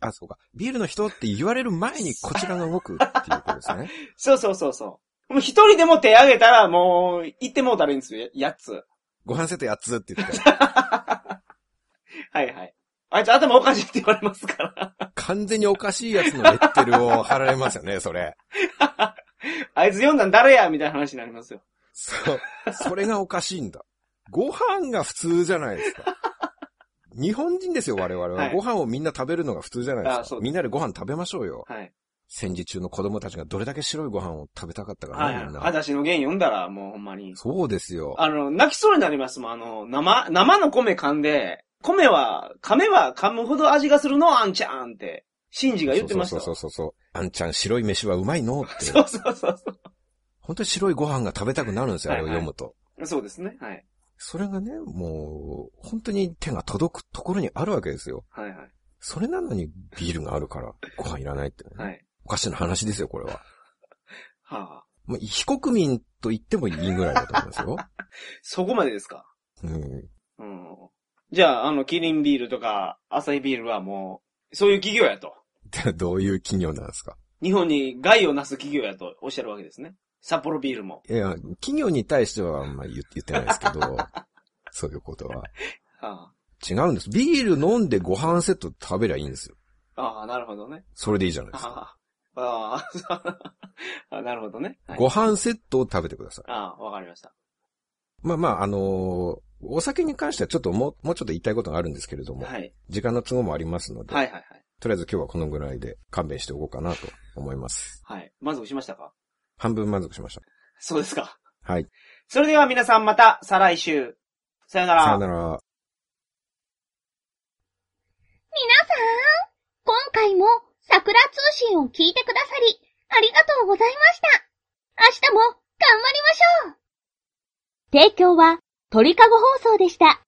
Speaker 3: あ、そうか。ビールの人って言われる前にこちらが動くっていうことですね。
Speaker 2: そうそうそうそう。もう一人でも手挙げたら、もう、行ってもうたらいいんですよ、ややっつ。
Speaker 3: ご飯セット8つって言って、
Speaker 2: はいはい。あいつ頭おかしいって言われますから。
Speaker 3: 完全におかしいやつのレッテルを貼られますよね、それ。
Speaker 2: あいつ読んだん誰やみたいな話になりますよ。
Speaker 3: そう。それがおかしいんだ。ご飯が普通じゃないですか。日本人ですよ、我々は。
Speaker 2: はい
Speaker 3: ご飯をみんな食べるのが普通じゃないです
Speaker 2: あ
Speaker 3: か。
Speaker 2: そうです
Speaker 3: みんなでご飯食べましょうよ。
Speaker 2: はい。
Speaker 3: 戦時中の子供たちがどれだけ白いご飯を食べたかったから
Speaker 2: はい
Speaker 3: ね、
Speaker 2: はい
Speaker 3: みん。な。
Speaker 2: 私の原因読んだら、もうほんまに。
Speaker 3: そうですよ。
Speaker 2: あの、泣きそうになりますもん。あの、生、生の米噛んで、米は、噛めば噛むほど味がするの、あんちゃんって、シンジが言ってました
Speaker 3: そう
Speaker 2: わ。そう
Speaker 3: そうそうそうそう。あんちゃん白い飯はうまいのって。
Speaker 2: そうそうそ
Speaker 3: 本当に白いご飯が食べたくなるんですよ、あれを読むと。
Speaker 2: う。そうですね。はい。
Speaker 3: それがね、もう、本当に手が届くところにあるわけですよ。
Speaker 2: はいはい。
Speaker 3: それなのにビールがあるからご飯いらないって、ね
Speaker 2: はい。
Speaker 3: おかしな話ですよ、これは。
Speaker 2: はあ。
Speaker 3: もう非国民と言ってもいいぐらいだと思いますよ。
Speaker 2: そこまでですか。
Speaker 3: うん。
Speaker 2: うん。じゃあ、あの、キリンビールとか、アサヒビールはもう、そういう企業やと。
Speaker 3: で どういう企業なんですか
Speaker 2: 日本に害をなす企業やとおっしゃるわけですね。札幌ビールも。
Speaker 3: いや、企業に対してはあんまり言言ってないです けど、そういうことは。
Speaker 2: は
Speaker 3: 違うんです。ビール飲んでご飯セット食べりゃいいんですよ。
Speaker 2: あ。ああ、なるほどね。
Speaker 3: それでいいじゃないですか。
Speaker 2: ああ、ああ あ、なるほどね。はい
Speaker 3: ご飯セットを食べてください。
Speaker 2: ああ、わかりました。
Speaker 3: まあまあ、あのーお酒に関してはちょっともう、もうちょっと言いたいことがあるんですけれども、
Speaker 2: はい。
Speaker 3: 時間の都合もありますので、
Speaker 2: はいはいはい。
Speaker 3: とりあえず今日はこのぐらいで勘弁しておこうかなと思います。
Speaker 2: はい。満足しましたか
Speaker 3: 半分満足しました。
Speaker 2: そうですか。
Speaker 3: はい。
Speaker 2: それでは皆さんまた、再来週。さよなら。
Speaker 3: さよなら。
Speaker 1: 今回も桜通信を聞いてくださり、ありがとうございました。明日も頑張りましょう提供は鳥かご放送でした。